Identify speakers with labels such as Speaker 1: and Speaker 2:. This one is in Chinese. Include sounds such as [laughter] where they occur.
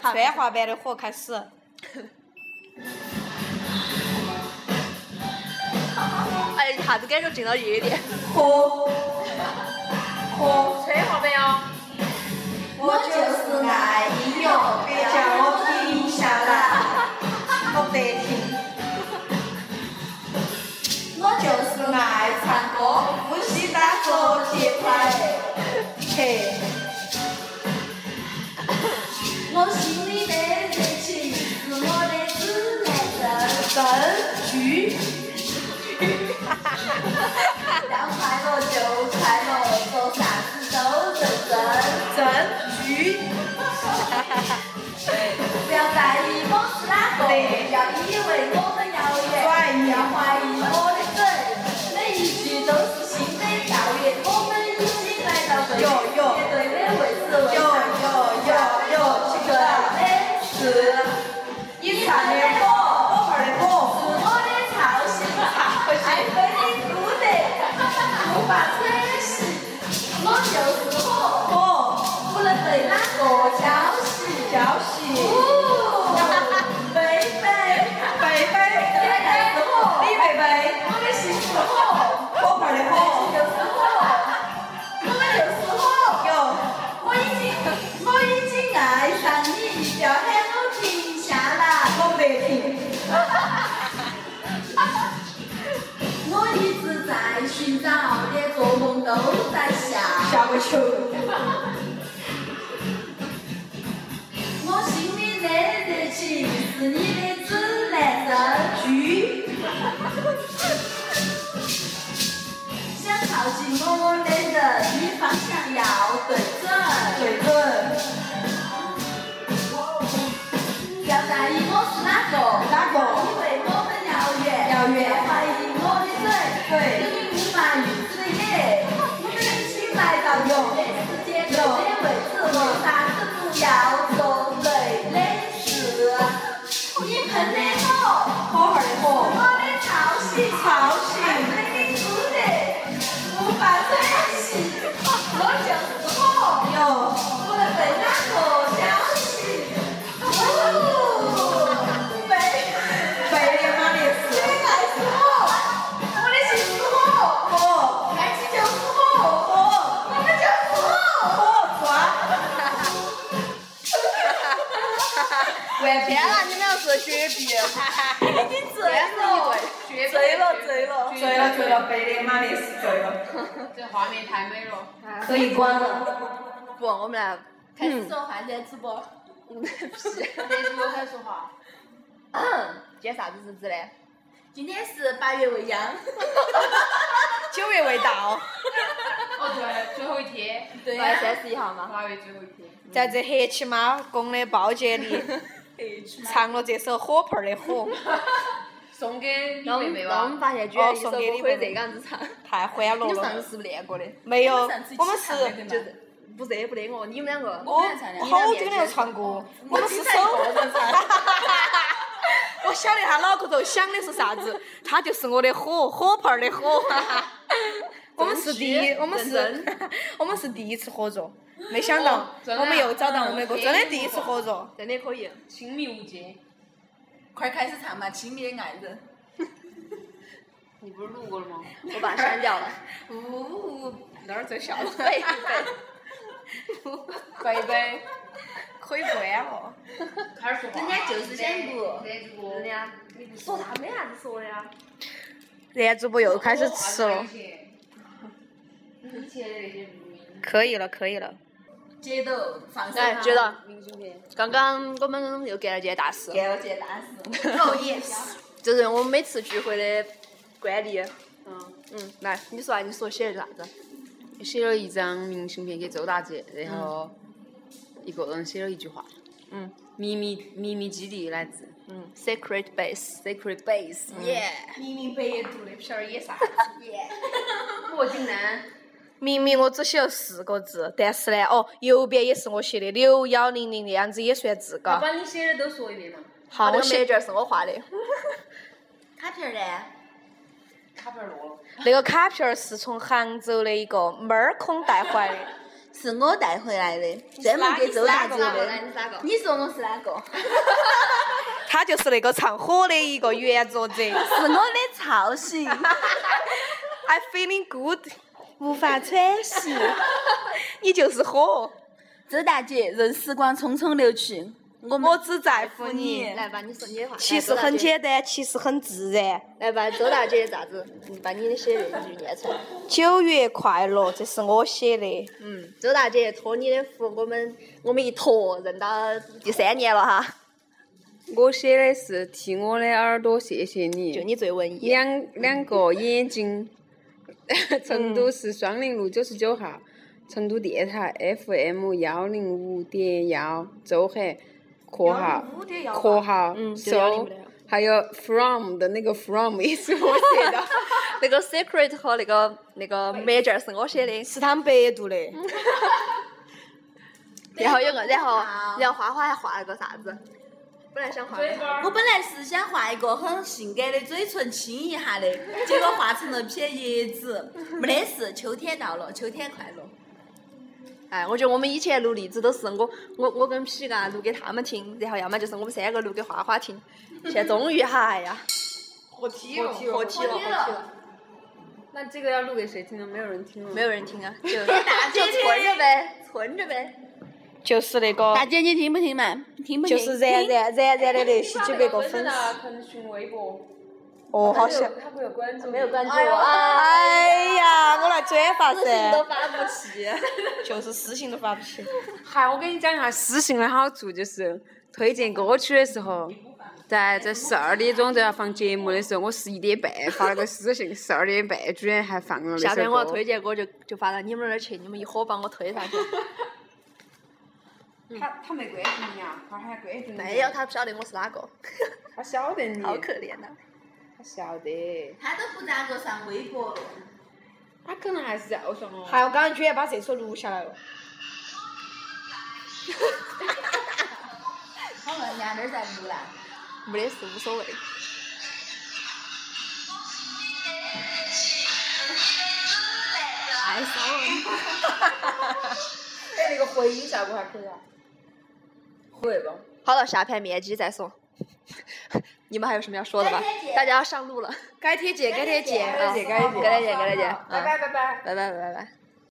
Speaker 1: 好
Speaker 2: 繁华版的火开始。
Speaker 1: 哎，一下子感觉进了夜店。
Speaker 3: 火，火，
Speaker 1: 吹号没有？
Speaker 3: 我就是爱音乐，别叫我停下来，
Speaker 2: 我不得听。
Speaker 3: 我就是爱唱歌，呼吸打火节拍，嘿，我心里的热情是我的指南针。
Speaker 2: 真句。
Speaker 3: 要快乐就快乐，做啥子都认真，
Speaker 2: 真句。
Speaker 3: 不要在意我是哪个，不要以为我的谣言，不要怀疑我的梗，每一句都是新的调研，我们已经来到最
Speaker 2: 哟哟
Speaker 3: 绝对的位置，
Speaker 2: 哟
Speaker 3: 我要
Speaker 2: 哟哟，
Speaker 3: 去的是
Speaker 2: 你唱的火，我玩的火。
Speaker 3: 我的操心，爱飞的孤德，不怕扯皮，我就是我。
Speaker 2: 火，
Speaker 3: 不能被哪个浇熄，
Speaker 2: 消息。
Speaker 3: 呜，贝贝，
Speaker 2: 贝贝，
Speaker 3: 你的爱是我，
Speaker 2: 李贝贝，
Speaker 3: 我的心是我，
Speaker 2: 火牌的
Speaker 3: 就
Speaker 2: 火。
Speaker 3: 是我，我们就是我。
Speaker 2: 哟，
Speaker 3: 我已经，我已经爱上你，不要喊我停下来。
Speaker 2: 我不得听。
Speaker 3: 我一直在寻找，连做梦都在想。
Speaker 2: 下个球。
Speaker 3: 我心里的热情是你的指南针。
Speaker 2: 句。
Speaker 3: 想靠近我的人，你方向要对准，
Speaker 2: 对准。
Speaker 3: 不要在意我是哪个，
Speaker 2: 哪个
Speaker 3: 因为我很遥远，
Speaker 2: 遥远
Speaker 3: 不要怀疑我的嘴，
Speaker 2: 对
Speaker 3: 因为无法预知的夜，我们一起来到永恒世界的位置，我啥子不要做对的事，你喷的我，
Speaker 2: 火牌的火
Speaker 3: 我。的操心，
Speaker 2: 操心
Speaker 3: 爱你的孤的，无法喘息，我就是我。
Speaker 2: 哟，
Speaker 3: 我的被哪个消息？哦，被
Speaker 2: 贝的马列
Speaker 3: 你的
Speaker 2: 斯。
Speaker 3: 爱是我，我的心是我，
Speaker 2: 火，
Speaker 3: 爱情就是我，
Speaker 2: 火，
Speaker 3: 我们就是我。
Speaker 2: 火抓。
Speaker 1: 完天了，你们俩是绝壁。
Speaker 3: 你
Speaker 1: 对
Speaker 3: 醉了，
Speaker 1: 对，
Speaker 3: 醉了，醉了，
Speaker 2: 醉了醉了，贝的马列斯醉了。
Speaker 4: 这画面太美了。
Speaker 3: 可以关了。
Speaker 1: 不，我们俩
Speaker 3: 开始说话噻，主播。
Speaker 1: 嗯，屁。
Speaker 4: 这是我开始说话。
Speaker 1: 今天啥子日子呢？
Speaker 3: 今天是八月未央，
Speaker 1: 九月未到，
Speaker 4: 哦，对，最后一天，
Speaker 3: 对
Speaker 1: 八月
Speaker 3: 呀、
Speaker 1: 三十一号嘛。
Speaker 4: 八月最后一天。
Speaker 2: 在这黑漆麻宫的包间里，唱了这首火盆儿的火，
Speaker 4: 送给你
Speaker 1: 那我
Speaker 4: 妹
Speaker 1: 们
Speaker 4: 妹
Speaker 1: 那我
Speaker 4: 吧
Speaker 1: 们。发现居然一首
Speaker 2: 哦
Speaker 1: 歌可
Speaker 2: 送给你
Speaker 1: 以
Speaker 2: 妹妹
Speaker 1: 这个样子
Speaker 3: [laughs]
Speaker 1: 唱。
Speaker 2: 太欢
Speaker 1: 你
Speaker 2: 乐
Speaker 1: 们上次
Speaker 2: 了。
Speaker 1: 是不是练过的？
Speaker 2: 没有，
Speaker 3: 哦我们上次一起
Speaker 2: 我们是哦
Speaker 3: 唱的对吗
Speaker 1: 就是不是不练过，你们两个。
Speaker 3: 我们俩唱的
Speaker 2: 我好久没有唱过，我们是手。 [laughs] 我晓得他脑壳头想的是啥子，他就是我的火火盆儿的火。我们是第一，我们是
Speaker 1: 认
Speaker 2: [laughs] 我们是第一次合作，没想到
Speaker 4: 真的
Speaker 2: 我
Speaker 4: 啊
Speaker 2: 们又找到我们一个
Speaker 4: 嗯
Speaker 2: 真的第一次合作。
Speaker 1: 真的可以。
Speaker 4: 亲密无间。
Speaker 3: 快开始唱吧，亲密的爱人。
Speaker 4: 你不是录过了
Speaker 3: [laughs]
Speaker 4: 吗？
Speaker 1: 我把它删掉了。
Speaker 3: 呜呜，
Speaker 2: 哪儿最笑？
Speaker 1: [laughs] 背背，
Speaker 3: [laughs]
Speaker 4: 贝贝，
Speaker 2: 可以关了。
Speaker 4: 开始说话。
Speaker 3: 人家就是想录
Speaker 4: 这主播
Speaker 1: 真的呀？你说啥没啥子说的呀？
Speaker 2: 男主播又开始吃了
Speaker 4: 以。前以前的那些录音。
Speaker 2: 可以了，可以了。
Speaker 3: 节奏放松
Speaker 1: 哎，
Speaker 3: 哈。
Speaker 1: 觉得
Speaker 4: 明信片。
Speaker 1: 刚刚我们又干了件大事，
Speaker 3: 干了件大事。哦 [laughs] yes。
Speaker 1: [laughs] 就是我们每次聚会的惯例。
Speaker 4: 嗯。
Speaker 1: 嗯，来，你说啊，你说写的啥子？
Speaker 4: 写了一张明信片给周大姐，然后一个人写了一句话。
Speaker 1: 嗯
Speaker 4: 秘密秘密基地来自
Speaker 1: 嗯，Secret Base。
Speaker 4: Secret Base，
Speaker 3: 嗯
Speaker 1: Yeah。
Speaker 3: 明明百度的片儿也
Speaker 1: [laughs]
Speaker 3: 啥耶，
Speaker 4: 我竟然
Speaker 2: 明明我只写了四个字，但是呢，哦，右边也是我写的六幺零零那样子也算字
Speaker 4: 要
Speaker 2: 嘎。
Speaker 4: 把你写的都说一遍嘛。
Speaker 2: 好，我
Speaker 1: 我写
Speaker 2: 写
Speaker 1: 一卷是我
Speaker 2: [laughs]
Speaker 1: 画的。
Speaker 3: 卡片儿 [laughs] 呢？
Speaker 4: 卡片落了。
Speaker 2: 那个卡片儿是从杭州的一个妹儿空带回来的，
Speaker 3: [laughs] 是我带回来的，专门给周大姐
Speaker 5: 你是哪个
Speaker 3: 的。你说我是哪个？
Speaker 5: 他就是那个唱火的一个原作者。
Speaker 3: 是我的造
Speaker 5: [laughs]
Speaker 3: 型，
Speaker 5: I feeling good，
Speaker 3: 无法喘息。
Speaker 5: [laughs] 你就是火，
Speaker 3: 周大姐，任时光匆匆流去，我们
Speaker 5: 我只在乎你。
Speaker 2: 来吧，你说你的话。
Speaker 5: 其实很简单，其实很自然。
Speaker 2: 来吧，周大姐咋子？你把你写的一句念出来。
Speaker 5: 九月快乐，这是我写的。
Speaker 2: 嗯，周大姐托你的福，我们我们一坨认到第三年了哈。
Speaker 4: 我写的是替我的耳朵谢谢
Speaker 2: 就
Speaker 4: 你，
Speaker 2: 你最文艺。
Speaker 4: 两两个眼睛。成都市双林路九十九号，成都电台 FM 幺零五点幺，周黑，括号嗯
Speaker 5: 105.1吧
Speaker 4: 括号
Speaker 5: 就105.1
Speaker 4: so，还有 from 的那个 from 也是我写 [laughs] 的。
Speaker 2: 那个 secret 和那个那个 major 是我写的，
Speaker 5: 是他们百度的，
Speaker 2: [laughs] 然后有个，然后然后花花还画了个啥子？本来想画个啥，
Speaker 3: 我本来是想画一个很性感的嘴唇亲一下
Speaker 2: [laughs]
Speaker 3: 的，结果画成了片叶子。没得事，秋天到了，秋天快乐。
Speaker 2: 哎，我觉得我们以前录例子都是我我我跟皮嘎录给他们听，然后要么就是我们三个录给花花听。现在终于哈，哎呀，合体了，合体了，合体了，
Speaker 4: 那这个要录给谁听呢？没有人听了
Speaker 2: 没有人听
Speaker 5: [laughs]
Speaker 2: 啊，就就存着呗，存着呗。
Speaker 5: 就是那个，
Speaker 3: 大姐，你听不听嘛？听不听？
Speaker 5: 就是冉冉冉冉的那十几百个粉丝。
Speaker 4: 腾讯微博，
Speaker 5: 哦，好像。
Speaker 4: 他没有关注，
Speaker 2: 没有关注
Speaker 4: 哎呦
Speaker 2: 我啊，
Speaker 5: 哎呀，我来转发
Speaker 2: 私信都
Speaker 5: 噻，
Speaker 2: 发不起。
Speaker 5: 就是私信都发不起。
Speaker 4: 嗨，我跟你讲一下私信的好处，就是推荐歌曲的时候，在在十二点钟都要放节目的时候，我十一点半发了个私信，十二点半居然还放了那首歌。
Speaker 2: 下面我要推荐歌就就发到你们那儿去，你们一伙帮我推
Speaker 5: [laughs]
Speaker 2: 上去。
Speaker 4: 他他没关注你啊，他还关注你
Speaker 2: 没有，他不晓得我是哪
Speaker 5: [laughs]
Speaker 2: 个，
Speaker 4: 他晓得你，
Speaker 2: 好可怜啊呐、
Speaker 4: 他晓得，
Speaker 3: 他都不咋个上微博了。
Speaker 4: 他可能还是要上哦。
Speaker 5: 还有，刚刚居然把这首录下
Speaker 2: [laughs]
Speaker 5: 来了。
Speaker 3: 好了，人家那儿在录啦。
Speaker 2: 没得事，无所谓。爱上了，
Speaker 4: 哎，那个回音效果还可以啊。会吧？
Speaker 2: 好了，下盘面基再说。 [laughs] 你们还有什么要说的吧？大家要上路了，
Speaker 5: 改天见，改天见。
Speaker 4: 改天见，改天
Speaker 2: 啊
Speaker 4: 见，
Speaker 2: 该再见，该再见，嗯，
Speaker 4: 拜拜拜。
Speaker 2: 拜拜拜拜。